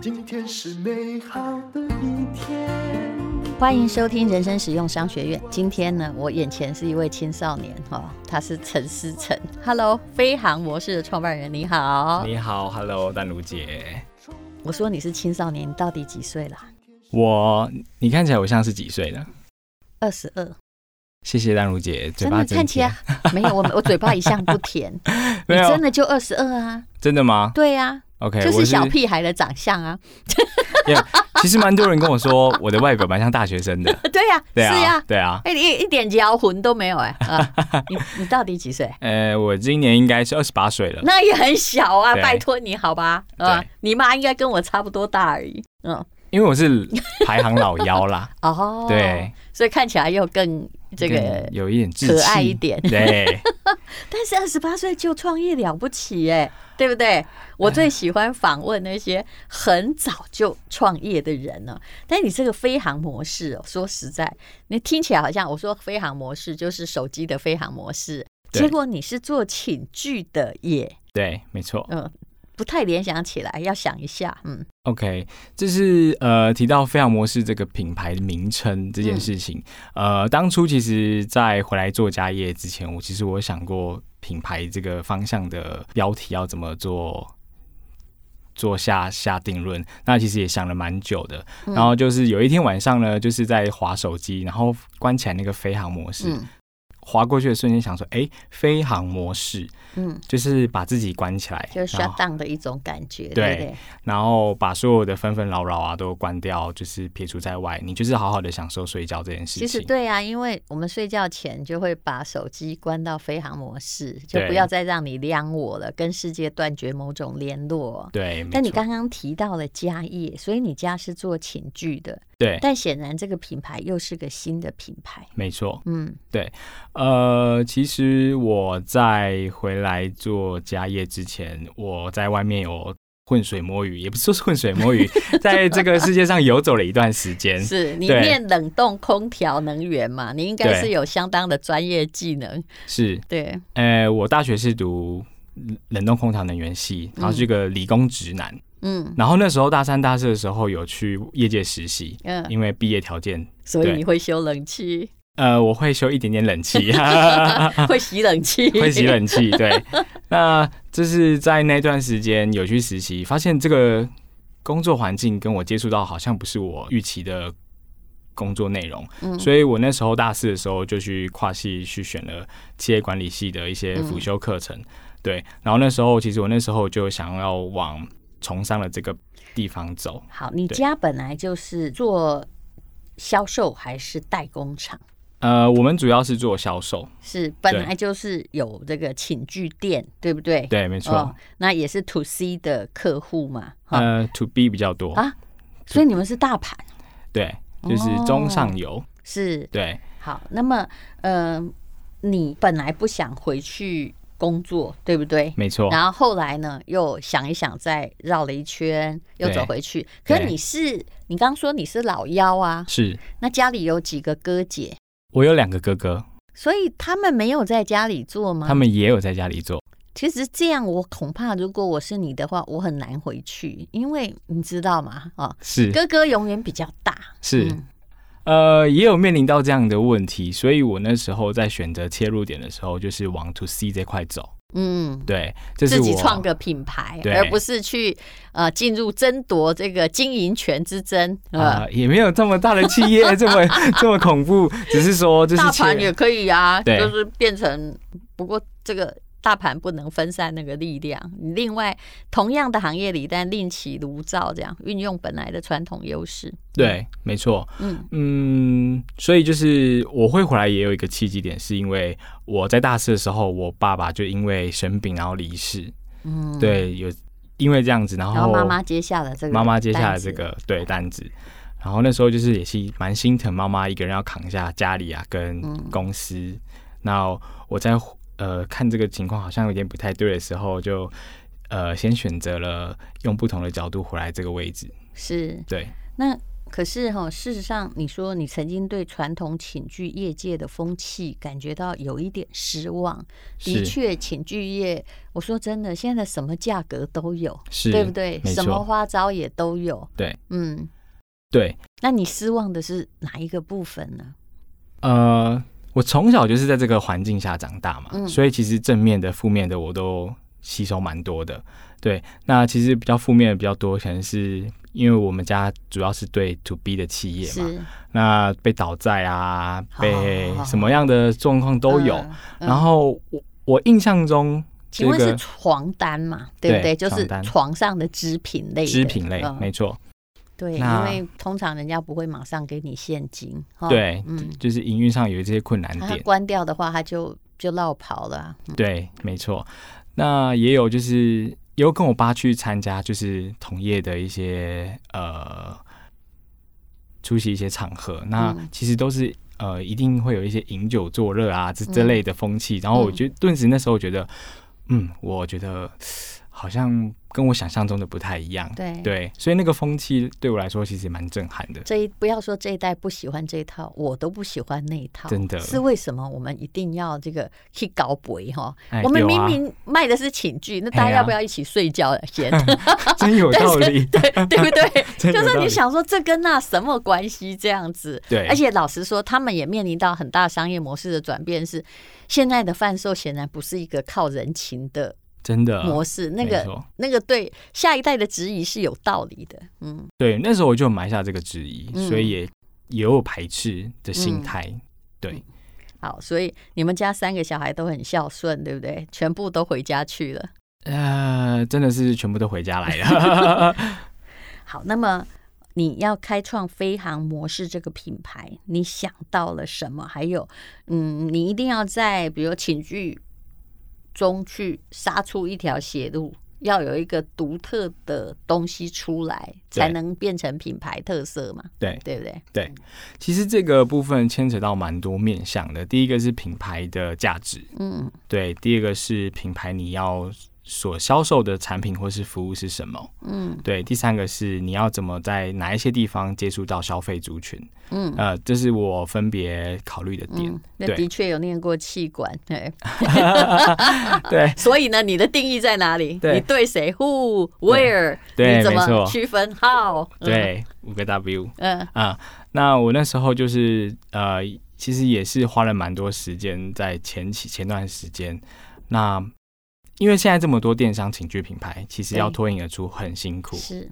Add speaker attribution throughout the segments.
Speaker 1: 今天是美好的一天。
Speaker 2: 欢迎收听人生实用商学院。今天呢，我眼前是一位青少年哦，他是陈思成。Hello，飞航模式的创办人，你好。
Speaker 3: 你好，Hello，丹如姐。
Speaker 2: 我说你是青少年，你到底几岁啦？
Speaker 3: 我，你看起来我像是几岁的？
Speaker 2: 二十二，
Speaker 3: 谢谢丹如姐，嘴
Speaker 2: 真
Speaker 3: 巴
Speaker 2: 的看起来
Speaker 3: 甜
Speaker 2: 没有我，我嘴巴一向不甜，你
Speaker 3: 没有
Speaker 2: 真的就二十二啊？
Speaker 3: 真的吗
Speaker 2: 对啊，
Speaker 3: ？OK，
Speaker 2: 就
Speaker 3: 我
Speaker 2: 是小 屁孩的长相啊。
Speaker 3: 其实蛮多人跟我说我的外表蛮像大学生的，
Speaker 2: 对呀、
Speaker 3: 对
Speaker 2: 是呀、
Speaker 3: 啊，对啊。
Speaker 2: 哎、你一一点摇魂都没有哎、啊！你你到底几 岁？
Speaker 3: 呃，我今年应该是二十八岁了。
Speaker 2: 那也很小啊，
Speaker 3: 对
Speaker 2: 拜托你好吧？啊
Speaker 3: 对，
Speaker 2: 你妈应该跟我差不多大而已。嗯，
Speaker 3: 因为我是排行老幺啦，
Speaker 2: 哦，
Speaker 3: 对，
Speaker 2: 所以看起来又更 这个
Speaker 3: 更，有一点稚气
Speaker 2: 可爱一点
Speaker 3: 对，
Speaker 2: 但是二十八岁就创业了不起哎、对不对？我最喜欢访问那些很早就创业的人了、但你这个飞行模式哦，说实在，你听起来好像我说飞行模式就是手机的飞行模式，
Speaker 3: 对
Speaker 2: 结果你是做寝具的耶，
Speaker 3: 对，没错。
Speaker 2: 嗯，不太联想起来，要想一下，嗯
Speaker 3: OK，这是呃提到飞扬模式这个品牌的名称
Speaker 2: 嗯
Speaker 3: 这件事情。呃，当初其实，在回来做家业之前，我其实我有想过品牌这个方向的标题要怎么做。做下下定论，那其实也想了蛮久的。
Speaker 2: 嗯
Speaker 3: 然后就是有一天晚上呢，就是在划手机，然后关起来那个飞行模式，
Speaker 2: 嗯
Speaker 3: 划过去的瞬间想说，哎、飞行模式
Speaker 2: 嗯，
Speaker 3: 就是把自己关起来，
Speaker 2: 就是
Speaker 3: 然后
Speaker 2: shut down 的一种感觉，对
Speaker 3: 对
Speaker 2: 不对？
Speaker 3: 然后把所有的纷纷扰扰啊都关掉，就是撇除在外，你就是好好的享受睡觉这件事情。
Speaker 2: 其实对啊，因为我们睡觉前就会把手机关到飞行模式，就
Speaker 3: 对
Speaker 2: 不要再让你撩我了，跟世界断绝某种联络。
Speaker 3: 对，没
Speaker 2: 但你
Speaker 3: 错
Speaker 2: 刚刚提到了家业，所以你家是做寝具的，
Speaker 3: 对，
Speaker 2: 但显然这个品牌又是个新的品牌。
Speaker 3: 没错。
Speaker 2: 嗯
Speaker 3: 呃，其实我在回来做家业之前，我在外面有浑水摸鱼，也不是说是浑水 摸鱼，在这个世界上游走了一段时间。
Speaker 2: 是你
Speaker 3: 嗯对
Speaker 2: 念冷冻空调能源嘛？你应该
Speaker 3: 对
Speaker 2: 是有相当的专业技能。
Speaker 3: 是，
Speaker 2: 对，
Speaker 3: 呃，我大学是读冷冻空调能源系，然后是个理工直男。
Speaker 2: 嗯
Speaker 3: 然后那时候大三、大四的时候有去业界实习，
Speaker 2: 嗯，
Speaker 3: 因为毕业条件
Speaker 2: 所以
Speaker 3: 对
Speaker 2: 你会修冷气，
Speaker 3: 呃，我会修一点点冷 气，
Speaker 2: 会洗冷气，
Speaker 3: 啊会洗冷气。对，那就是在那段时间有去实习，发现这个工作环境跟我接触到好像不是我预期的工作内容，
Speaker 2: 嗯
Speaker 3: 所以我那时候大四的时候就去跨系去选了企业管理系的一些辅修课
Speaker 2: 嗯
Speaker 3: 程。对，然后那时候其实我那时候就想要往从商的这个地方走。
Speaker 2: 好，你
Speaker 3: 对
Speaker 2: 家本来就是做销售还是代工厂？
Speaker 3: 呃，我们主要是做销售，
Speaker 2: 是本来就是有这个寝具店，对不对？，
Speaker 3: 对，没错。
Speaker 2: 哦，那也是 to C 的客户嘛，哈、
Speaker 3: 呃，to B 比较多，
Speaker 2: 啊所以你们是大盘，
Speaker 3: 对，就是中上游。
Speaker 2: 哦是
Speaker 3: 对，
Speaker 2: 好。那么，呃，你本来不想回去工作，对不对？
Speaker 3: 没错。
Speaker 2: 然后后来呢，又想一想，再绕了一圈，又
Speaker 3: 对
Speaker 2: 走回去。可是
Speaker 3: 对
Speaker 2: 你是，你刚说你是老幺啊，
Speaker 3: 是
Speaker 2: 那家里有几个哥姐？
Speaker 3: 我有两个哥哥，
Speaker 2: 所以他们没有在家里做吗？
Speaker 3: 他们也有在家里做。
Speaker 2: 其实这样，我恐怕如果我是你的话，我很难回去，因为你知道吗？啊、
Speaker 3: 是
Speaker 2: 哥哥永远比较大，
Speaker 3: 是
Speaker 2: 嗯，
Speaker 3: 呃，也有面临到这样的问题，所以我那时候在选择切入点的时候，就是往 to C 这块走。
Speaker 2: 嗯，
Speaker 3: 对，这是
Speaker 2: 自
Speaker 3: 我
Speaker 2: 己创个品牌，
Speaker 3: 对
Speaker 2: 而不是去呃进入争夺这个经营权之争，
Speaker 3: 啊、
Speaker 2: 呃，
Speaker 3: 也没有这么大的企业这么 这么恐怖，只是说就是
Speaker 2: 大
Speaker 3: 切
Speaker 2: 盘也可以啊，
Speaker 3: 对
Speaker 2: 就是变成不过这个。大盘不能分散那个力量，你另外同样的行业里，但另起炉灶，这样运用本来的传统优势。
Speaker 3: 对，没错。
Speaker 2: 嗯
Speaker 3: 嗯，所以就是我会回来也有一个契机点，是因为我在大四的时候，我爸爸就因为生病然后离世。
Speaker 2: 嗯，
Speaker 3: 对，有因为这样子，然后
Speaker 2: 然后妈妈接下了这个，
Speaker 3: 哦妈妈接下来这，个对单子，然后那时候就是也是蛮心疼妈妈一个人要扛下家里啊跟
Speaker 2: 嗯
Speaker 3: 公司。那我在呃看这个情况好像有点不太对的时候就，呃先选择了用不同的角度回来这个位置。
Speaker 2: 是
Speaker 3: 对，
Speaker 2: 那可是哈、事实上，你说你曾经对传统寝具业界的风气感觉到有一点失望。的
Speaker 3: 是
Speaker 2: 确，寝具业，我说真的，现在什么价格都有，
Speaker 3: 是，
Speaker 2: 对不对？
Speaker 3: 没
Speaker 2: 什么
Speaker 3: 错，
Speaker 2: 花招也都有。
Speaker 3: 对，
Speaker 2: 嗯，
Speaker 3: 对，
Speaker 2: 那你失望的是哪一个部分呢？
Speaker 3: 呃，我从小就是在这个环境下长大嘛，
Speaker 2: 嗯
Speaker 3: 所以其实正面的、负面的我都吸收蛮多的。对，那其实比较负面的比较多，可能是因为我们家主要是对 to B 的企业嘛，
Speaker 2: 是
Speaker 3: 那被倒债啊，
Speaker 2: 好
Speaker 3: 被
Speaker 2: 好好
Speaker 3: 什么样的状况都有。
Speaker 2: 嗯嗯
Speaker 3: 然后我我印象中，这
Speaker 2: 请问是
Speaker 3: 个
Speaker 2: 床单嘛？对不对？
Speaker 3: 对
Speaker 2: 就是
Speaker 3: 床单
Speaker 2: 床上的织品类的。
Speaker 3: 织品类、
Speaker 2: 嗯
Speaker 3: 没错，
Speaker 2: 对，因
Speaker 3: 那
Speaker 2: 为通常人家不会马上给你现金。哈
Speaker 3: 对，
Speaker 2: 嗯，
Speaker 3: 就是营运上有这些困难
Speaker 2: 他
Speaker 3: 点。嗯
Speaker 2: 关掉的话，他就就落跑了啊。
Speaker 3: 对，没错。那也有就是也有跟我爸去参加，就是同业的一些呃出席一些场合，那
Speaker 2: 嗯
Speaker 3: 其实都是。呃，一定会有一些饮酒作乐啊，这这
Speaker 2: 嗯
Speaker 3: 类的风气。然后我
Speaker 2: 嗯
Speaker 3: 觉得顿时那时候觉得，嗯，我觉得好像跟我想象中的不太一样。
Speaker 2: 对
Speaker 3: 对，所以那个风气对我来说其实蛮震撼的。
Speaker 2: 这一不要说这一代不喜欢这一套，我都不喜欢那一套，
Speaker 3: 真的
Speaker 2: 是为什么我们一定要这个去搞鬼哈？
Speaker 3: 哎
Speaker 2: 我们
Speaker 3: 有
Speaker 2: 明
Speaker 3: 啊
Speaker 2: 明卖的是寝具，那大家
Speaker 3: 哎呀
Speaker 2: 要不要一起睡觉啊先？
Speaker 3: 真 有
Speaker 2: 但
Speaker 3: 道
Speaker 2: 是
Speaker 3: 理。
Speaker 2: 对对不对？
Speaker 3: 真有
Speaker 2: 就是
Speaker 3: 道
Speaker 2: 你
Speaker 3: 理
Speaker 2: 想说这跟那什么关系这样子？
Speaker 3: 对
Speaker 2: 而且老实说，他们也面临到很大商业模式的转变是，现在的贩售显然不是一个靠人情的
Speaker 3: 真的
Speaker 2: 模式，那
Speaker 3: 呃没
Speaker 2: 个
Speaker 3: 错
Speaker 2: 那个对下一代的质疑是有道理的。嗯，
Speaker 3: 对，那时候我就埋下这个质疑，
Speaker 2: 嗯
Speaker 3: 所以也也有排斥的心
Speaker 2: 嗯
Speaker 3: 态。对，
Speaker 2: 好，所以你们家三个小孩都很孝顺，对不对？全部都回家去了。
Speaker 3: 呃，真的是全部都回家来 了。
Speaker 2: 好，那么你要开创飞航模式这个品牌，你想到了什么？还有，嗯，你一定要在比如寝具中去杀出一条血路，要有一个独特的东西出来，
Speaker 3: 对
Speaker 2: 才能变成品牌特色嘛，
Speaker 3: 对，
Speaker 2: 对不对？
Speaker 3: 其实这个部分牵扯到蛮多面向的。第一个是品牌的价值，
Speaker 2: 嗯
Speaker 3: 对；第二个是品牌你要所销售的产品或是服务是什么，
Speaker 2: 嗯
Speaker 3: 对；第三个是你要怎么在哪一些地方接触到消费族群。
Speaker 2: 嗯
Speaker 3: 呃，这是我分别考虑的点。
Speaker 2: 嗯，那
Speaker 3: 对
Speaker 2: 的确有念过气管，对，嗯
Speaker 3: 对，
Speaker 2: 所以呢，你的定义在哪里？
Speaker 3: 对
Speaker 2: 你对谁？Who where？
Speaker 3: 对
Speaker 2: 你怎
Speaker 3: 没
Speaker 2: 么
Speaker 3: 错
Speaker 2: 区分？How？嗯，
Speaker 3: 对，五个 W。
Speaker 2: 嗯
Speaker 3: 啊，那我那时候就是呃，其实也是花了蛮多时间在前期前段时间。那因为现在这么多电商情趣品牌，其实
Speaker 2: 对
Speaker 3: 要脱颖而出很辛苦，
Speaker 2: 是，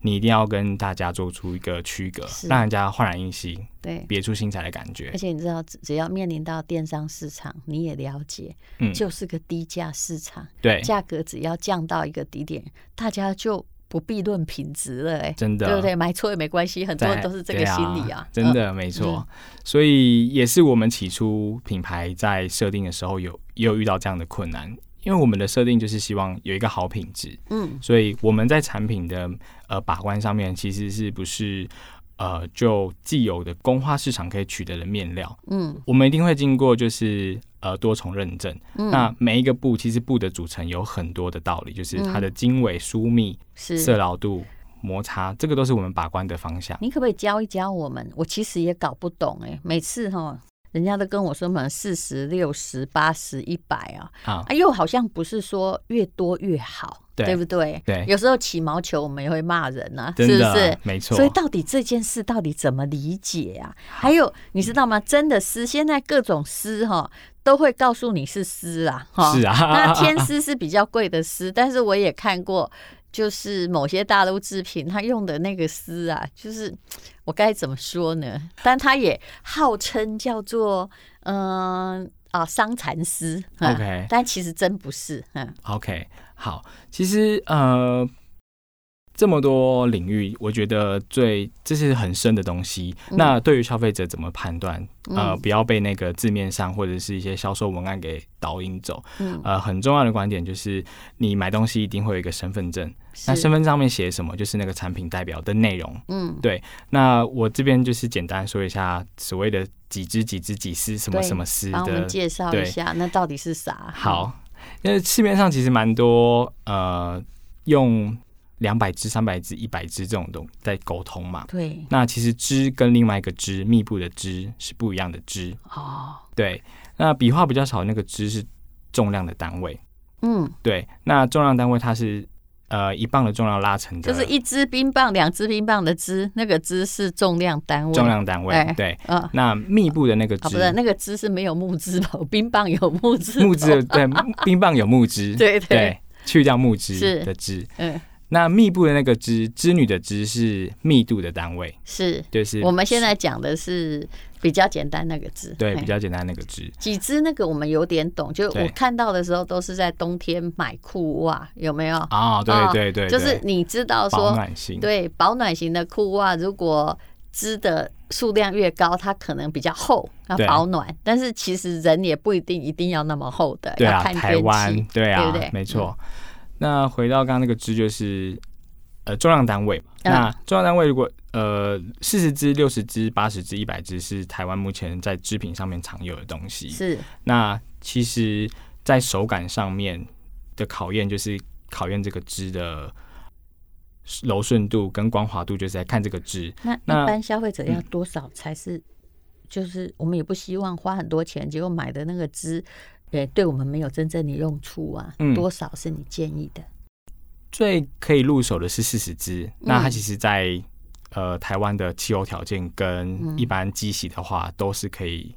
Speaker 3: 你一定要跟大家做出一个区隔
Speaker 2: 是，
Speaker 3: 让人家焕然一新，
Speaker 2: 对。
Speaker 3: 别出心裁的感觉
Speaker 2: 而。且你知道，只只要面临到电商市场，你也了解，
Speaker 3: 嗯，哎
Speaker 2: 就是个低价市场，
Speaker 3: 对，
Speaker 2: 价格只要降到一个低点，大家就不必论品质了、哎，
Speaker 3: 真的，啊
Speaker 2: 对不对？买错也没关系，很多人都是这个
Speaker 3: 对
Speaker 2: 心理
Speaker 3: 啊
Speaker 2: 啊，
Speaker 3: 真
Speaker 2: 嗯。
Speaker 3: 的、没错。所以也是我们起初品牌在设定的时候有也有遇到这样的困难，因为我们的设定就是希望有一个好品质，
Speaker 2: 嗯，
Speaker 3: 所以我们在产品的呃把关上面，其实是不是呃就既有的工花市场可以取得的面料，
Speaker 2: 嗯
Speaker 3: 我们一定会经过就是呃多重认证。
Speaker 2: 嗯，
Speaker 3: 那每一个布，其实布的组成有很多的道理，就是它的经纬、疏密、色
Speaker 2: 嗯是。
Speaker 3: 牢度、摩擦，这个都是我们把关的方向。
Speaker 2: 你可不可以教一教我们？我其实也搞不懂哎、每次哈，人家都跟我说嘛，四十六十八十一百啊，
Speaker 3: 啊
Speaker 2: 啊，又好像不是说越多越好，
Speaker 3: 对
Speaker 2: 不对？
Speaker 3: 对
Speaker 2: 有时候起毛球我们也会骂人啊，
Speaker 3: 真
Speaker 2: 是不
Speaker 3: 的
Speaker 2: 是？
Speaker 3: 没错
Speaker 2: 所以到底这件事到底怎么理解啊？还有你知道吗？真的丝，现在各种丝哈都会告诉你是丝啦，哈。
Speaker 3: 是啊，
Speaker 2: 那天丝是比较贵的丝，但是我也看过，就是某些大陆制品它用的那个丝啊，就是我该怎么说呢？但它也号称叫做嗯。啊，伤蚕丝
Speaker 3: OK
Speaker 2: 但其实真不是，嗯，
Speaker 3: OK，好，其实呃，这么多领域，我觉得最这是很深的东西。
Speaker 2: 嗯
Speaker 3: 那对于消费者怎么判断？呃，
Speaker 2: 嗯
Speaker 3: 不要被那个字面上或者是一些销售文案给导引走。
Speaker 2: 嗯
Speaker 3: 呃，很重要的观点就是，你买东西一定会有一个身份证，那
Speaker 2: 是
Speaker 3: 身份证上面写什么，就是那个产品代表的内容。
Speaker 2: 嗯，
Speaker 3: 那我这边就是简单说一下所谓的几支几支几丝什么
Speaker 2: 对
Speaker 3: 什么丝
Speaker 2: 帮我们
Speaker 3: 的
Speaker 2: 介绍一
Speaker 3: 对
Speaker 2: 下，那到底是啥？
Speaker 3: 好，因为市面上其实蛮多呃用两百只、三百只、一百只这种东在沟通嘛。
Speaker 2: 对，
Speaker 3: 那其实织跟另外一个织密布的织是不一样的织，
Speaker 2: 哦，
Speaker 3: 对。那笔画比较少，那个织是重量的单位，
Speaker 2: 嗯，
Speaker 3: 对。那重量单位它是呃一磅的重量拉成的，
Speaker 2: 就是一支冰棒，两支冰棒的支，那个支是重量单位。
Speaker 3: 重，量单
Speaker 2: 哎
Speaker 3: 位，对。
Speaker 2: 嗯，
Speaker 3: 那密布的那个
Speaker 2: 啊，不
Speaker 3: 织，
Speaker 2: 是那个支是没有木支吧？冰棒有木支，
Speaker 3: 木质的对，冰棒有木质，
Speaker 2: 对 对
Speaker 3: 去掉木质
Speaker 2: 是
Speaker 3: 的质。
Speaker 2: 嗯，
Speaker 3: 那密布的那个织，织女的织是密度的单位，
Speaker 2: 是。
Speaker 3: 就是
Speaker 2: 我们现哎在讲的是比较简单那个支，
Speaker 3: 对
Speaker 2: 嘿
Speaker 3: 比较简单那个织。
Speaker 2: 几支那个我们有点懂，就
Speaker 3: 对
Speaker 2: 我看到的时候都是在冬天买裤袜，有没有？
Speaker 3: 啊，对
Speaker 2: 啊
Speaker 3: 对对，
Speaker 2: 就是
Speaker 3: 对
Speaker 2: 你知道
Speaker 3: 保
Speaker 2: 说，
Speaker 3: 暖性，
Speaker 2: 对保暖型的裤袜，如果织的数量越高，它可能比较厚，它
Speaker 3: 对
Speaker 2: 保暖。但是其实人也不一定一定要那么厚的，
Speaker 3: 对
Speaker 2: 要
Speaker 3: 啊，
Speaker 2: 看
Speaker 3: 台
Speaker 2: 天
Speaker 3: 湾
Speaker 2: 气。
Speaker 3: 对
Speaker 2: 对
Speaker 3: 啊
Speaker 2: 不对，嗯
Speaker 3: 没错。那回到刚刚那个支就是呃重量单位嘛，
Speaker 2: 嗯
Speaker 3: 那重量单位如果呃四十支、六十支、八十支、一百支是台湾目前在织品上面常有的东西。
Speaker 2: 是
Speaker 3: 那其实，在手感上面的考验就是考验这个织的柔顺度跟光滑度，就是在看这个织。
Speaker 2: 那
Speaker 3: 那嗯
Speaker 2: 一般消费者要多少才是？就是我们也不希望花很多钱，结果买的那个织，也对我们没有真正的用处啊。
Speaker 3: 嗯
Speaker 2: 多少是你建议的？
Speaker 3: 最可以入手的是四十支，那它
Speaker 2: 嗯
Speaker 3: 其实在，呃台湾的气候条件跟
Speaker 2: 嗯
Speaker 3: 一般机洗的话，都是可以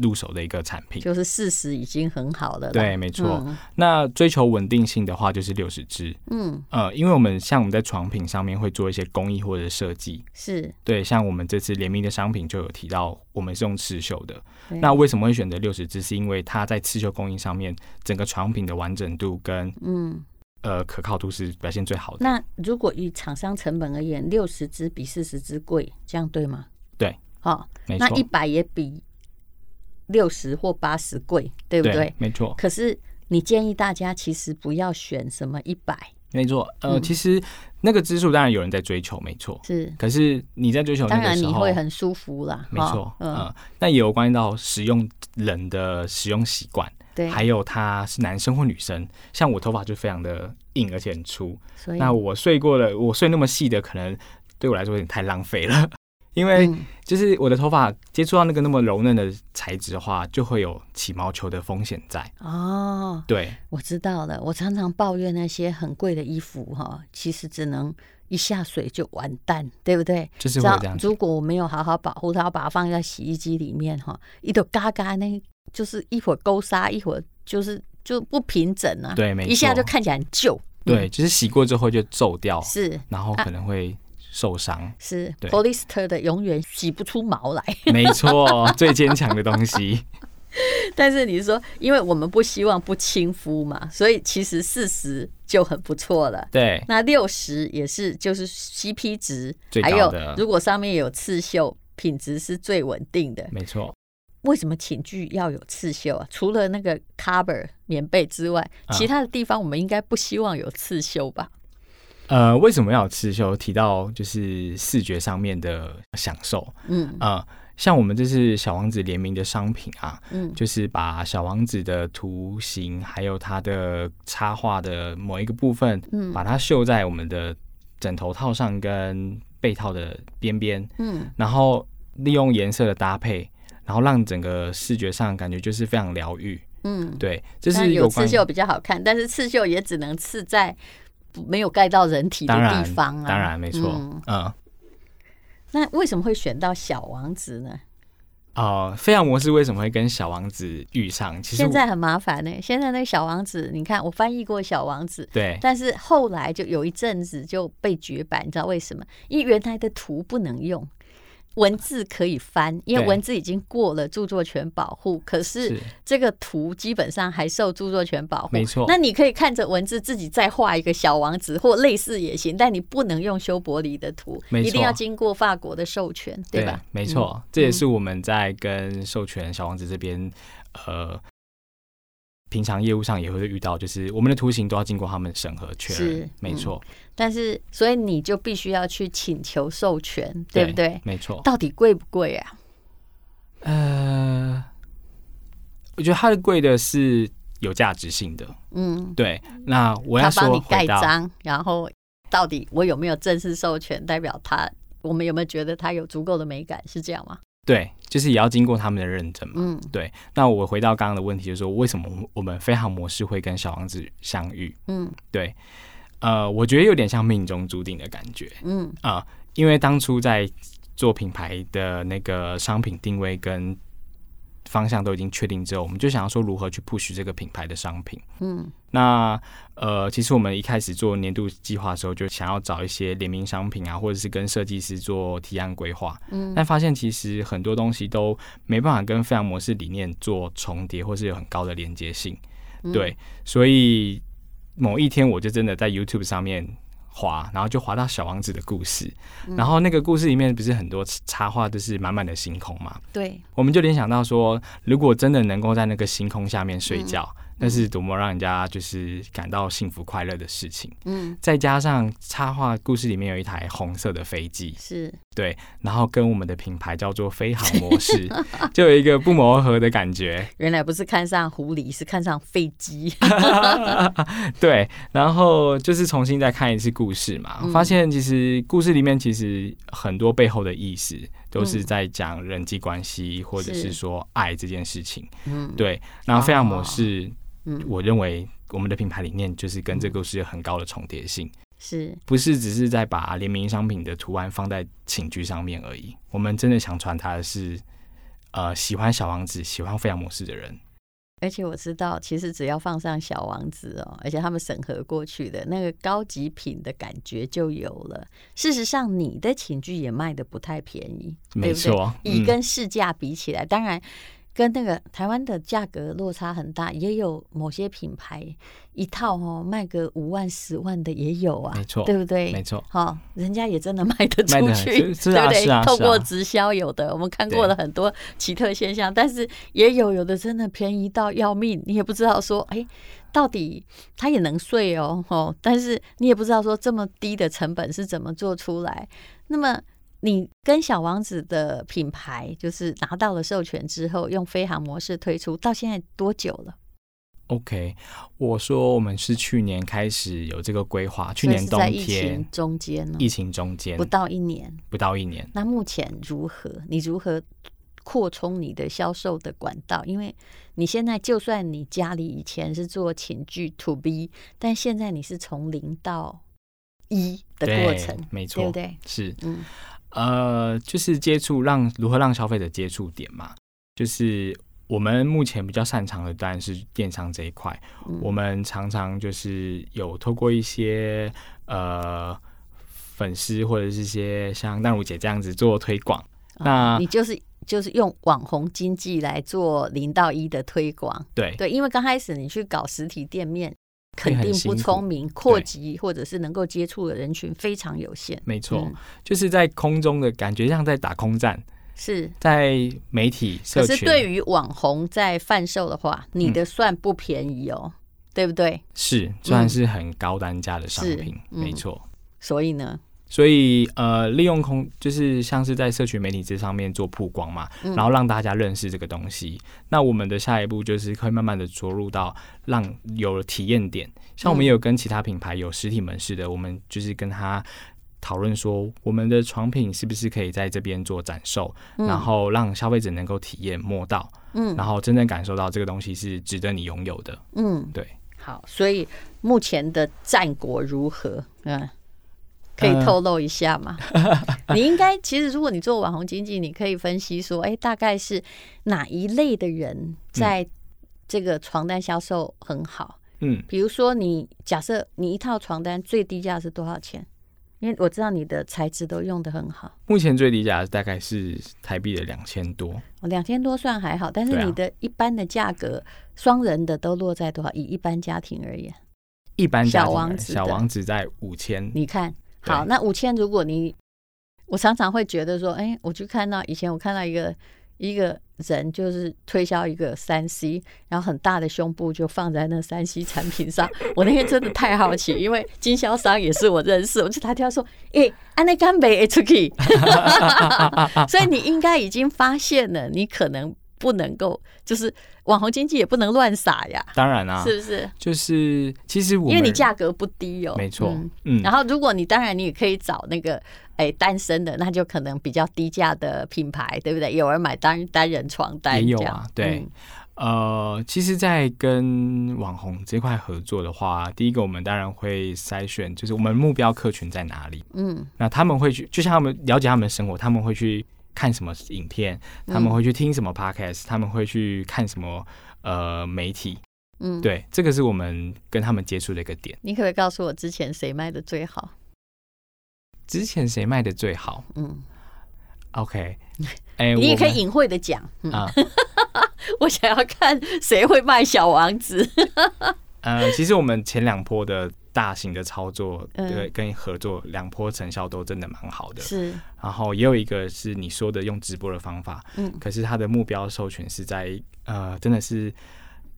Speaker 3: 入手的一个产品。
Speaker 2: 就是四十已经很好了啦。
Speaker 3: 对，没错。
Speaker 2: 嗯
Speaker 3: 那追求稳定性的话，就是六十支。
Speaker 2: 嗯，
Speaker 3: 呃，因为我们像我们在床品上面会做一些工艺或者设计，
Speaker 2: 是
Speaker 3: 对，像我们这次联名的商品就有提到，我们是用刺绣的。
Speaker 2: 对
Speaker 3: 那为什么会选择六十支？是因为它在刺绣工艺上面，整个床品的完整度跟
Speaker 2: 嗯。
Speaker 3: 呃可靠度是表现最好的。
Speaker 2: 那如果以厂商成本而言，六十支比四十支贵，这样对吗？
Speaker 3: 对，
Speaker 2: 好、哦，
Speaker 3: 没
Speaker 2: 那
Speaker 3: 错，
Speaker 2: 一百也比六十或八十贵，对不对？
Speaker 3: 没错。
Speaker 2: 可是你建议大家其实不要选什么一百，
Speaker 3: 没错，呃，
Speaker 2: 嗯
Speaker 3: 其实那个支数当然有人在追求，没错。
Speaker 2: 是
Speaker 3: 可是你在追求那
Speaker 2: 当
Speaker 3: 个
Speaker 2: 然
Speaker 3: 时
Speaker 2: 你
Speaker 3: 候，
Speaker 2: 会很舒服啦，
Speaker 3: 没
Speaker 2: 哈
Speaker 3: 错，
Speaker 2: 嗯，
Speaker 3: 呃，那也有关系到使用人的使用习惯，
Speaker 2: 对，
Speaker 3: 还有他是男生或女生。像我头发就非常的硬，而且很粗。
Speaker 2: 所以
Speaker 3: 那我睡过了，我睡那么细的，可能对我来说有点太浪费了， 因为
Speaker 2: 嗯
Speaker 3: 就是我的头发接触到那个那么柔嫩的材质的话，就会有起毛球的风险在。
Speaker 2: 哦，
Speaker 3: 对，
Speaker 2: 我知道了，我常常抱怨那些很贵的衣服哈，其实只能一下水就完蛋，对不对？
Speaker 3: 就是
Speaker 2: 只
Speaker 3: 会有
Speaker 2: 要
Speaker 3: 这样子。
Speaker 2: 如果我没有好好保护它，把它放在洗衣机里面哈，一头嘎嘎那，就是一会儿勾纱，一会儿就是就不平整啊，
Speaker 3: 对没错
Speaker 2: 一下就看起来很旧，
Speaker 3: 对，
Speaker 2: 嗯，
Speaker 3: 就是洗过之后就皱掉，
Speaker 2: 是啊
Speaker 3: 然后可能会受伤。
Speaker 2: 是
Speaker 3: 对
Speaker 2: polyester 的永远洗不出毛来。
Speaker 3: 没错，最坚强的东西。
Speaker 2: 但是你说，因为我们不希望不亲肤嘛，所以其实四十就很不错了。
Speaker 3: 对，
Speaker 2: 那六十也是就是 CP 值
Speaker 3: 最，
Speaker 2: 还
Speaker 3: 高
Speaker 2: 有
Speaker 3: 的
Speaker 2: 如果上面有刺绣，品质是最稳定的。
Speaker 3: 没错，
Speaker 2: 为什么寝具要有刺绣啊？除了那个 cover 棉被之外，
Speaker 3: 啊
Speaker 2: 其他的地方我们应该不希望有刺绣吧？
Speaker 3: 呃，为什么要有刺绣？提到就是视觉上面的享受，
Speaker 2: 嗯
Speaker 3: 呃，像我们这是小王子联名的商品啊，
Speaker 2: 嗯，
Speaker 3: 就是把小王子的图形还有它的插画的某一个部分，
Speaker 2: 嗯
Speaker 3: 把它绣在我们的枕头套上跟被套的边边，
Speaker 2: 嗯，
Speaker 3: 然后利用颜色的搭配，然后让整个视觉上感觉就是非常疗愈。
Speaker 2: 嗯，
Speaker 3: 对，这
Speaker 2: 但
Speaker 3: 是
Speaker 2: 有
Speaker 3: 关
Speaker 2: 刺
Speaker 3: 于
Speaker 2: 绣比较好看，但是刺绣也只能刺在不没有盖到人体的
Speaker 3: 当然
Speaker 2: 地方啊。
Speaker 3: 当然没错，
Speaker 2: 嗯
Speaker 3: 嗯啊、
Speaker 2: 那为什么会选到小王子呢？
Speaker 3: 呃飞扬模式为什么会跟小王子遇上？其实我
Speaker 2: 现在很麻烦呢、欸现在那个小王子，你看我翻译过小王子，
Speaker 3: 对
Speaker 2: 但是后来就有一阵子就被绝版，你知道为什么？因为原来的图不能用，文字可以翻，因为
Speaker 3: 对
Speaker 2: 文字已经过了著作权保护，可是
Speaker 3: 是
Speaker 2: 这个图基本上还受著作权保护。
Speaker 3: 没错
Speaker 2: 那你可以看着文字自己再画一个小王子或类似也行，但你不能用修伯里的图，
Speaker 3: 没错
Speaker 2: 一定要经过法国的授权，对吧？嗯
Speaker 3: 没错，这也是我们在跟授权小王子这边呃。平常业务上也会遇到，就是我们的图形都要经过他们审核确认
Speaker 2: 是，嗯
Speaker 3: 没错，
Speaker 2: 但是，所以你就必须要去请求授权，对不对？
Speaker 3: 没错。
Speaker 2: 到底贵不贵啊？
Speaker 3: 呃，我觉得它的贵的是有价值性的，
Speaker 2: 嗯，
Speaker 3: 对。那我要
Speaker 2: 他帮
Speaker 3: 说
Speaker 2: 你
Speaker 3: 回
Speaker 2: 盖
Speaker 3: 到
Speaker 2: 章，然后到底我有没有正式授权，代表他我们有没有觉得他有足够的美感，是这样吗？
Speaker 3: 对，就是也要经过他们的认证嘛。
Speaker 2: 嗯，
Speaker 3: 对，那我回到刚刚的问题，就是说为什么我们我们飞航模式会跟小王子相遇？
Speaker 2: 嗯
Speaker 3: 对，呃，我觉得有点像命中注定的感觉
Speaker 2: 嗯
Speaker 3: 啊、因为当初在做品牌的那个商品定位跟方向都已经确定之后，我们就想要说如何去 push 这个品牌的商品。
Speaker 2: 嗯
Speaker 3: 那呃，其实我们一开始做年度计划的时候，就想要找一些联名商品啊，或者是跟设计师做提案规划。
Speaker 2: 嗯
Speaker 3: 但发现其实很多东西都没办法跟飞扬模式理念做重叠，或是有很高的连接性。
Speaker 2: 嗯
Speaker 3: 对，所以某一天我就真的在 YouTube 上面滑，然后就滑到小王子的故事，然后那个故事里面不是很多插画都是满满的星空嘛，
Speaker 2: 对，
Speaker 3: 我们就联想到说，如果真的能够在那个星空下面睡觉，那是多么让人家就是感到幸福快乐的事情。
Speaker 2: 嗯
Speaker 3: 再加上插画故事里面有一台红色的飞机，
Speaker 2: 是
Speaker 3: 对，然后跟我们的品牌叫做飞航模式，就有一个不谋而合的感觉。
Speaker 2: 原来不是看上狐狸，是看上飞 机。
Speaker 3: 对，然后就是重新再看一次故事嘛，发现其实故事里面其实很多背后的意思都是在讲人际关系，或者是
Speaker 2: 是
Speaker 3: 说爱这件事情。
Speaker 2: 嗯
Speaker 3: 对，然后飞扬模式，
Speaker 2: 嗯
Speaker 3: 我认为我们的品牌理念就是跟这个故事有很高的重叠性，
Speaker 2: 是
Speaker 3: 不是只是在把联名商品的图案放在寝具上面而已。我们真的想传达的是，呃，喜欢小王子、喜欢飞扬模式的人，
Speaker 2: 而且我知道，其实只要放上小王子哦，而且他们审核过去的那个高级品的感觉就有了。事实上，你的寝具也卖的不太便宜，
Speaker 3: 没
Speaker 2: 对
Speaker 3: 错，
Speaker 2: 不对？以
Speaker 3: 嗯
Speaker 2: 跟市价比起来，当然跟那个台湾的价格落差很大，也有某些品牌一套哦卖个五万、十万的也有啊，
Speaker 3: 没错
Speaker 2: 对不对？
Speaker 3: 没错。
Speaker 2: 好、人家也真的卖得
Speaker 3: 卖
Speaker 2: 出
Speaker 3: 得
Speaker 2: 去，
Speaker 3: 很是是啊
Speaker 2: 对不
Speaker 3: 是
Speaker 2: 对？
Speaker 3: 啊
Speaker 2: 透
Speaker 3: 是啊
Speaker 2: 过直销有的，我们看过了很多奇特现象，但是也有有的真的便宜到要命，你也不知道说，哎，到底它也能睡哦，哦，但是你也不知道说这么低的成本是怎么做出来。那么你跟小王子的品牌就是拿到了授权之后，用飞航模式推出，到现在多久了？
Speaker 3: OK，我说我们是去年开始有这个规划，去
Speaker 2: 所以
Speaker 3: 年
Speaker 2: 是
Speaker 3: 冬
Speaker 2: 在疫
Speaker 3: 天
Speaker 2: 情中间呢，
Speaker 3: 疫情中间
Speaker 2: 不到一年。
Speaker 3: 不到一年，
Speaker 2: 那目前如何？你如何扩充你的销售的管道？因为你现在就算你家里以前是做寝具 to B，但现在你是从零到一的过
Speaker 3: 对
Speaker 2: 程，
Speaker 3: 没
Speaker 2: 对
Speaker 3: 错，
Speaker 2: 不对？
Speaker 3: 是
Speaker 2: 嗯
Speaker 3: 呃，就是接触让如何让消费者接触点嘛，就是我们目前比较擅长的当然是电商这一块，
Speaker 2: 嗯
Speaker 3: 我们常常就是有透过一些呃粉丝或者是一些像淡如姐这样子做推广，那
Speaker 2: 啊你就是就是用网红经济来做零到一的推广，
Speaker 3: 对
Speaker 2: 对，因为刚开始你去搞实体店面。肯
Speaker 3: 很
Speaker 2: 定
Speaker 3: 辛
Speaker 2: 不
Speaker 3: 苦
Speaker 2: 聪明，扩及或者是能够接触的人群非常有限。
Speaker 3: 没错，
Speaker 2: 嗯
Speaker 3: 就是在空中的感觉像在打空战，
Speaker 2: 是，
Speaker 3: 在媒体社
Speaker 2: 可
Speaker 3: 群
Speaker 2: 是对于网红在贩售的话，你的算不便宜哦，对不对？
Speaker 3: 是算是很高单价的商
Speaker 2: 是
Speaker 3: 品，
Speaker 2: 嗯
Speaker 3: 没错。
Speaker 2: 所以呢，
Speaker 3: 所以呃，利用空就是像是在社群媒体这上面做曝光嘛，
Speaker 2: 嗯
Speaker 3: 然后让大家认识这个东西。那我们的下一步就是会慢慢的着入到让有了体验点，像我们也有跟其他品牌有实体门市的，我们就是跟他。讨论说，我们的床品是不是可以在这边做展售，然后让消费者能够体验摸到，
Speaker 2: 嗯
Speaker 3: 然后真正感受到这个东西是值得你拥有的。
Speaker 2: 嗯，
Speaker 3: 对，
Speaker 2: 好，所以目前的战果如何？嗯，可以
Speaker 3: 呃
Speaker 2: 透露一下吗？你应该其实，如果你做网红经济，你可以分析说，哎，大概是哪一类的人在这个床单销售很好？
Speaker 3: 嗯，
Speaker 2: 比如说你，假设你一套床单最低价是多少钱？因为我知道你的材质都用的很好。
Speaker 3: 目前最低价大概是台币的两千多，
Speaker 2: 哦两千多算还好，但
Speaker 3: 对
Speaker 2: 是
Speaker 3: 啊
Speaker 2: 你的一般的价格，双人的都落在多少？以一般家庭而言，
Speaker 3: 一般家庭
Speaker 2: 小王
Speaker 3: 人
Speaker 2: 子
Speaker 3: 小
Speaker 2: 的
Speaker 3: 王子在五千，
Speaker 2: 你看
Speaker 3: 对
Speaker 2: 好，那五千，如果你，我常常会觉得说，哎，我去看到以前我看到一个一个人就是推销一个三 C，然后很大的胸部就放在那三 C 产品上，我那天真的太好奇，因为经销商也是我认识，我就打电话说，哎，安内 干杯 H K，所以你应该已经发现了，你可能。不能够，就是网红经济也不能乱撒呀，
Speaker 3: 当然啊，
Speaker 2: 是不是？
Speaker 3: 就是其实我
Speaker 2: 因为
Speaker 3: 们
Speaker 2: 你价格不低哦，
Speaker 3: 没错
Speaker 2: 嗯，
Speaker 3: 嗯，
Speaker 2: 然后，如果你当然你也可以找那个哎单身的，那就可能比较低价的品牌，对不对？有人买单单人床单
Speaker 3: 也有
Speaker 2: 这样
Speaker 3: 啊对呃，其实，在跟网红这块合作的话，第一个我们当然会筛选，就是我们目标客群在哪里。
Speaker 2: 嗯
Speaker 3: 那他们会去，就像他们了解他们的生活，他们会去看什么影片，
Speaker 2: 嗯
Speaker 3: 他们会去听什么 podcast，他们会去看什么呃媒体。
Speaker 2: 嗯，嗯。
Speaker 3: 对，这个是我们跟他们接触的一个点。
Speaker 2: 你可不可以告诉我之前谁卖的最好？
Speaker 3: 之前谁卖的最好
Speaker 2: 嗯，
Speaker 3: ？OK，哎、
Speaker 2: 你也
Speaker 3: 我
Speaker 2: 可以
Speaker 3: 们
Speaker 2: 隐晦的讲。 嗯，
Speaker 3: 啊。
Speaker 2: 我想要看谁会卖小王子。
Speaker 3: 呃，其实我们前两波的大型的操作，
Speaker 2: 嗯
Speaker 3: 对，跟合作两波成效都真的蛮好的。
Speaker 2: 是，
Speaker 3: 然后也有一个是你说的用直播的方法，
Speaker 2: 嗯
Speaker 3: 可是它的目标授权是在呃，真的是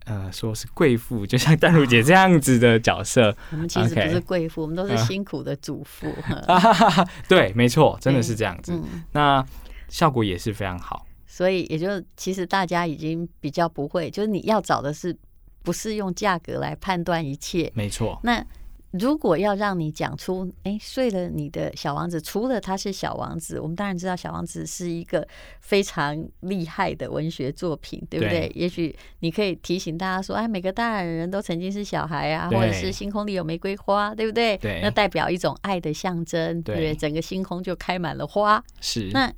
Speaker 3: 呃，说是贵妇，就像淡如
Speaker 2: 啊
Speaker 3: 姐这样子的角色，
Speaker 2: 我们其实不
Speaker 3: OK
Speaker 2: 是贵妇，我们都是
Speaker 3: 嗯
Speaker 2: 辛苦的嗯主 妇。
Speaker 3: 啊、哈哈哈对，没错，真的是这样子。
Speaker 2: 嗯，
Speaker 3: 那效果也是非常好，
Speaker 2: 所以也就其实大家已经比较不会，就是你要找的是不是用价格来判断一切，
Speaker 3: 没错，
Speaker 2: 那如果要让你讲出，哎，睡了你的小王子，除了他是小王子，我们当然知道小王子是一个非常厉害的文学作品，对不对？
Speaker 3: 对
Speaker 2: 也许你可以提醒大家说，哎，每个大人都曾经是小孩啊，
Speaker 3: 对
Speaker 2: 或者是星空里有玫瑰花，对不对？
Speaker 3: 对
Speaker 2: 那代表一种爱的象征，
Speaker 3: 对
Speaker 2: 对不对？整个星空就开满了花。
Speaker 3: 是
Speaker 2: 那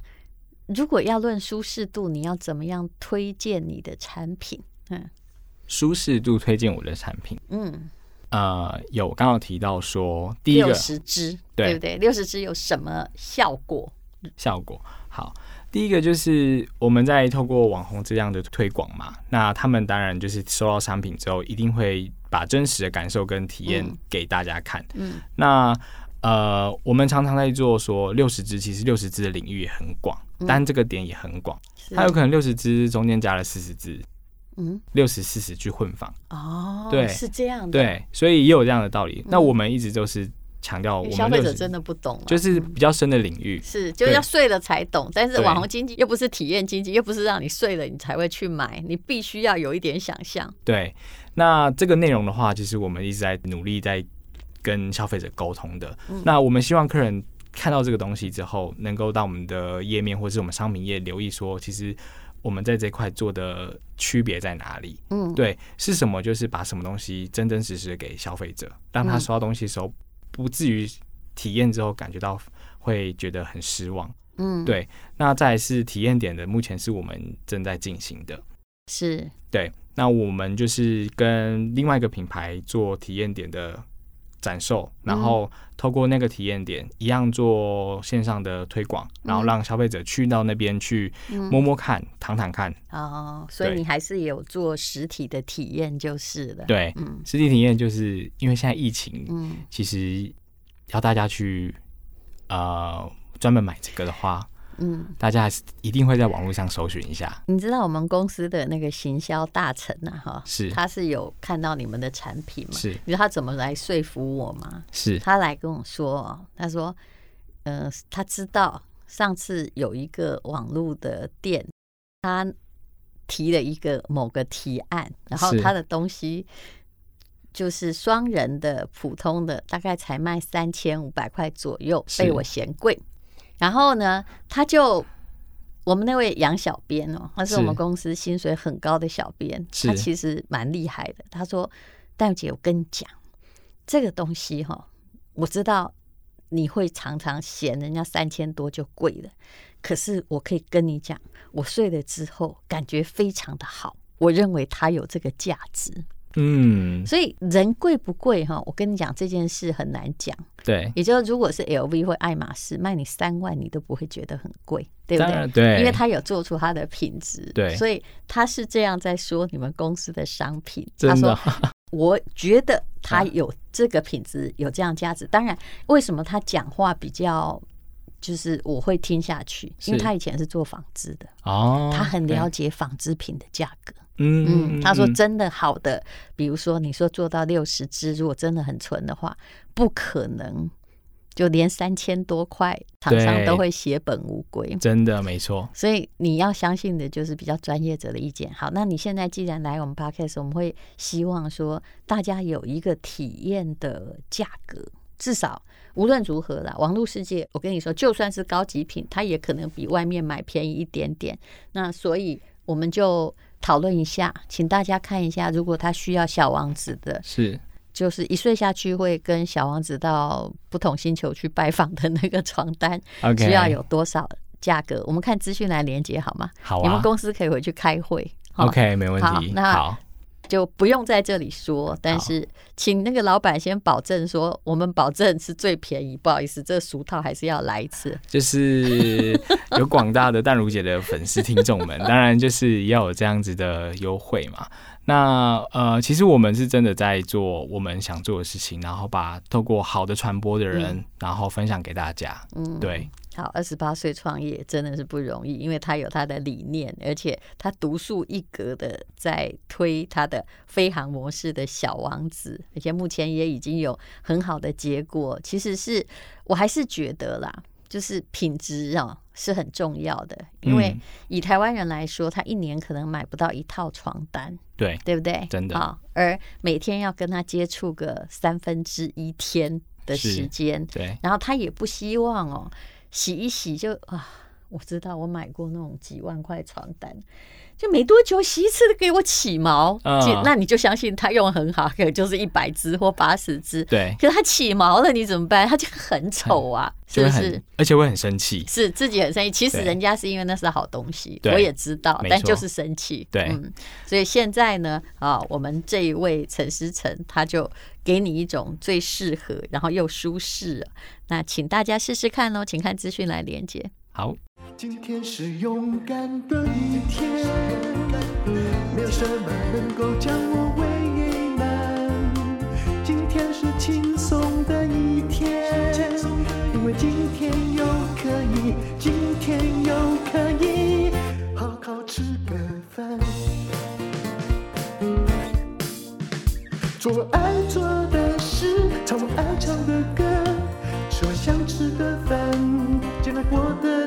Speaker 2: 如果要论舒适度，你要怎么样推荐你的产品？
Speaker 3: 舒适度推荐我的产品。
Speaker 2: 嗯，
Speaker 3: 呃，有刚刚有提到说，第一
Speaker 2: 六
Speaker 3: 个
Speaker 2: 十支，
Speaker 3: 对
Speaker 2: 对不对？六十支有什么效果？
Speaker 3: 效果。好，第一个就是我们在透过网红这样的推广嘛，那他们当然就是收到商品之后，一定会把真实的感受跟体验
Speaker 2: 嗯
Speaker 3: 给大家看。
Speaker 2: 嗯，
Speaker 3: 那呃，我们常常在做说六十支，其实六十支的领域也很广，
Speaker 2: 嗯
Speaker 3: 但这个点也很广，
Speaker 2: 是
Speaker 3: 它有可能六十支中间加了四十支，
Speaker 2: 嗯，
Speaker 3: 六十四十去混纺，
Speaker 2: 哦，
Speaker 3: 对
Speaker 2: 是这样的，，
Speaker 3: 对，所以也有这样的道理。那我们一直都是强调，我们
Speaker 2: 嗯消费者
Speaker 3: 60
Speaker 2: 真的不懂啊，
Speaker 3: 就是比较深的领域，
Speaker 2: 是就是要
Speaker 3: 对
Speaker 2: 睡了才懂，但是
Speaker 3: 对
Speaker 2: 网红经济又不是体验经济，又不是让你睡了你才会去买，你必须要有一点想象，
Speaker 3: 对，那这个内容的话，其实我们一直在努力在跟消费者沟通的。那我们希望客人看到这个东西之后，能够到我们的页面或是我们商品页留意说，其实我们在这块做的区别在哪里？
Speaker 2: 嗯，
Speaker 3: 对，是什么？就是把什么东西真真实实地给消费者，让他收到东西的时候不至于体验之后感觉到会觉得很失望。
Speaker 2: 嗯，
Speaker 3: 对，那再来是体验点的，目前是我们正在进行的。
Speaker 2: 是，
Speaker 3: 对，那我们就是跟另外一个品牌做体验点的展售，
Speaker 2: 嗯
Speaker 3: 然后透过那个体验点一样做线上的推广，然后
Speaker 2: 嗯
Speaker 3: 让消费者去到那边去摸摸看、躺躺看。
Speaker 2: 哦，所以
Speaker 3: 对
Speaker 2: 你还是有做实体的体验就是了，，
Speaker 3: 对，
Speaker 2: 嗯
Speaker 3: 实体体验就是因为现在疫情，
Speaker 2: 嗯，
Speaker 3: 其实要大家去呃专门买这个的话，
Speaker 2: 嗯，
Speaker 3: 大家还是一定会在网络上搜寻一下。
Speaker 2: 你知道我们公司的那个行销大臣呐、哈，
Speaker 3: 是
Speaker 2: 他是有看到你们的产品嘛？
Speaker 3: 是
Speaker 2: 你知道他怎么来说服我吗？
Speaker 3: 是
Speaker 2: 他来跟我说哦，他说，呃，他知道上次有一个网络的店，他提了一个某个提案，然后
Speaker 3: 是
Speaker 2: 他的东西就是双人的普通的，大概才卖三千五百块左右，
Speaker 3: 是
Speaker 2: 被我嫌贵。然后呢，他就我们那位杨小编哦，他是
Speaker 3: 是
Speaker 2: 我们公司薪水很高的小编，
Speaker 3: 是
Speaker 2: 他其实蛮厉害的。他说：“戴姐，我跟你讲，这个东西哈、我知道你会常常嫌人家三千多就贵了，可是我可以跟你讲，我睡了之后感觉非常的好，我认为它有这个价值。
Speaker 3: 嗯，
Speaker 2: 所以人贵不贵哈、我跟你讲这件事很难讲。
Speaker 3: 对，
Speaker 2: 也就是如果是 LV 或爱马仕卖你三万，你都不会觉得很贵，对不
Speaker 3: 当
Speaker 2: 对
Speaker 3: 然？对，
Speaker 2: 因为它有做出它的品质，
Speaker 3: 哎对
Speaker 2: 所以他是这样在说你们公司的商品。他
Speaker 3: 真的
Speaker 2: 说， 我觉得它有这个品质，有这样价值。当然，为什么他讲话比较？就是我会听下去，因为
Speaker 3: 是
Speaker 2: 他以前是做纺织的，
Speaker 3: 哦，
Speaker 2: 他很
Speaker 3: 对
Speaker 2: 了解纺织品的价格。
Speaker 3: 嗯
Speaker 2: 嗯，他说
Speaker 3: 嗯
Speaker 2: 真的好的，比如说你说做到六十只，如果真的很纯的话，不可能就连三千多块厂商都会血本无 归。
Speaker 3: 真的没错。
Speaker 2: 所以你要相信的就是比较专业者的意见。好，那你现在既然来我们 podcast，我们会希望说大家有一个体验的价格，至少无论如何啦，网络世界，我跟你说，就算是高级品，它也可能比外面买便宜一点点。那所以我们就讨论一下，请大家看一下，如果他需要小王子的
Speaker 3: 是，
Speaker 2: 就是一岁下去会跟小王子到不同星球去拜访的那个床单
Speaker 3: OK
Speaker 2: 需要有多少价格？我们看资讯来连接好吗？
Speaker 3: 好
Speaker 2: 你们
Speaker 3: 啊
Speaker 2: 公司可以回去开会。哈
Speaker 3: ，OK，没问
Speaker 2: 好
Speaker 3: 题。
Speaker 2: 那
Speaker 3: 好，
Speaker 2: 就不用在这里说，但是请那个老板先保证说，我们保证是最便宜。不好意思，这俗套还是要来一次。
Speaker 3: 就是 有广大的淡如姐的粉丝听众们，当然就是要有这样子的优惠嘛。那呃，其实我们是真的在做我们想做的事情，然后把透过好的传播的人，然后分享给大家。
Speaker 2: 嗯，
Speaker 3: 对，
Speaker 2: 好，二十八岁创业真的是不容易，因为他有他的理念，而且他独树一格的在推他的飞航模式的小王子，而且目前也已经有很好的结果。其实是我还是觉得啦，就是品质啊是很重要的，因为
Speaker 3: 嗯
Speaker 2: 以台湾人来说，他一年可能买不到一套床单，
Speaker 3: 对，
Speaker 2: 对不对？
Speaker 3: 真的
Speaker 2: 啊、而每天要跟他接触个三分之一天的
Speaker 3: 是
Speaker 2: 时间，
Speaker 3: 对，
Speaker 2: 然后他也不希望哦，洗一洗就啊，我知道我买过那种几万块床单，就没多久洗一次给我起毛，
Speaker 3: 嗯
Speaker 2: 其那你就相信他用得很好，可能就是一百只或八十只，
Speaker 3: 对，
Speaker 2: 可是他起毛了，你怎么办？他就很丑啊，是
Speaker 3: 就
Speaker 2: 不
Speaker 3: 会
Speaker 2: 是
Speaker 3: 很？，而且会很生气。
Speaker 2: 是自己很生气，其实
Speaker 3: 对
Speaker 2: 人家是因为那是好东西，
Speaker 3: 对
Speaker 2: 我也知道，
Speaker 3: 没错
Speaker 2: 但就是生气。
Speaker 3: 对
Speaker 2: 嗯，所以现在呢，啊，我们这一位陈思诚，他就给你一种最适合，然后又舒适，那请大家试试看喽，请看资讯来连接。
Speaker 3: 好，
Speaker 1: 今天是勇敢的一天，没有什么能够将我为难。今天是轻松的一天，因为今天又可以，今天又可以好好吃个饭，做我爱做的事，唱我爱唱的歌。吃我想吃的饭，尽量过得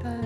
Speaker 1: 单。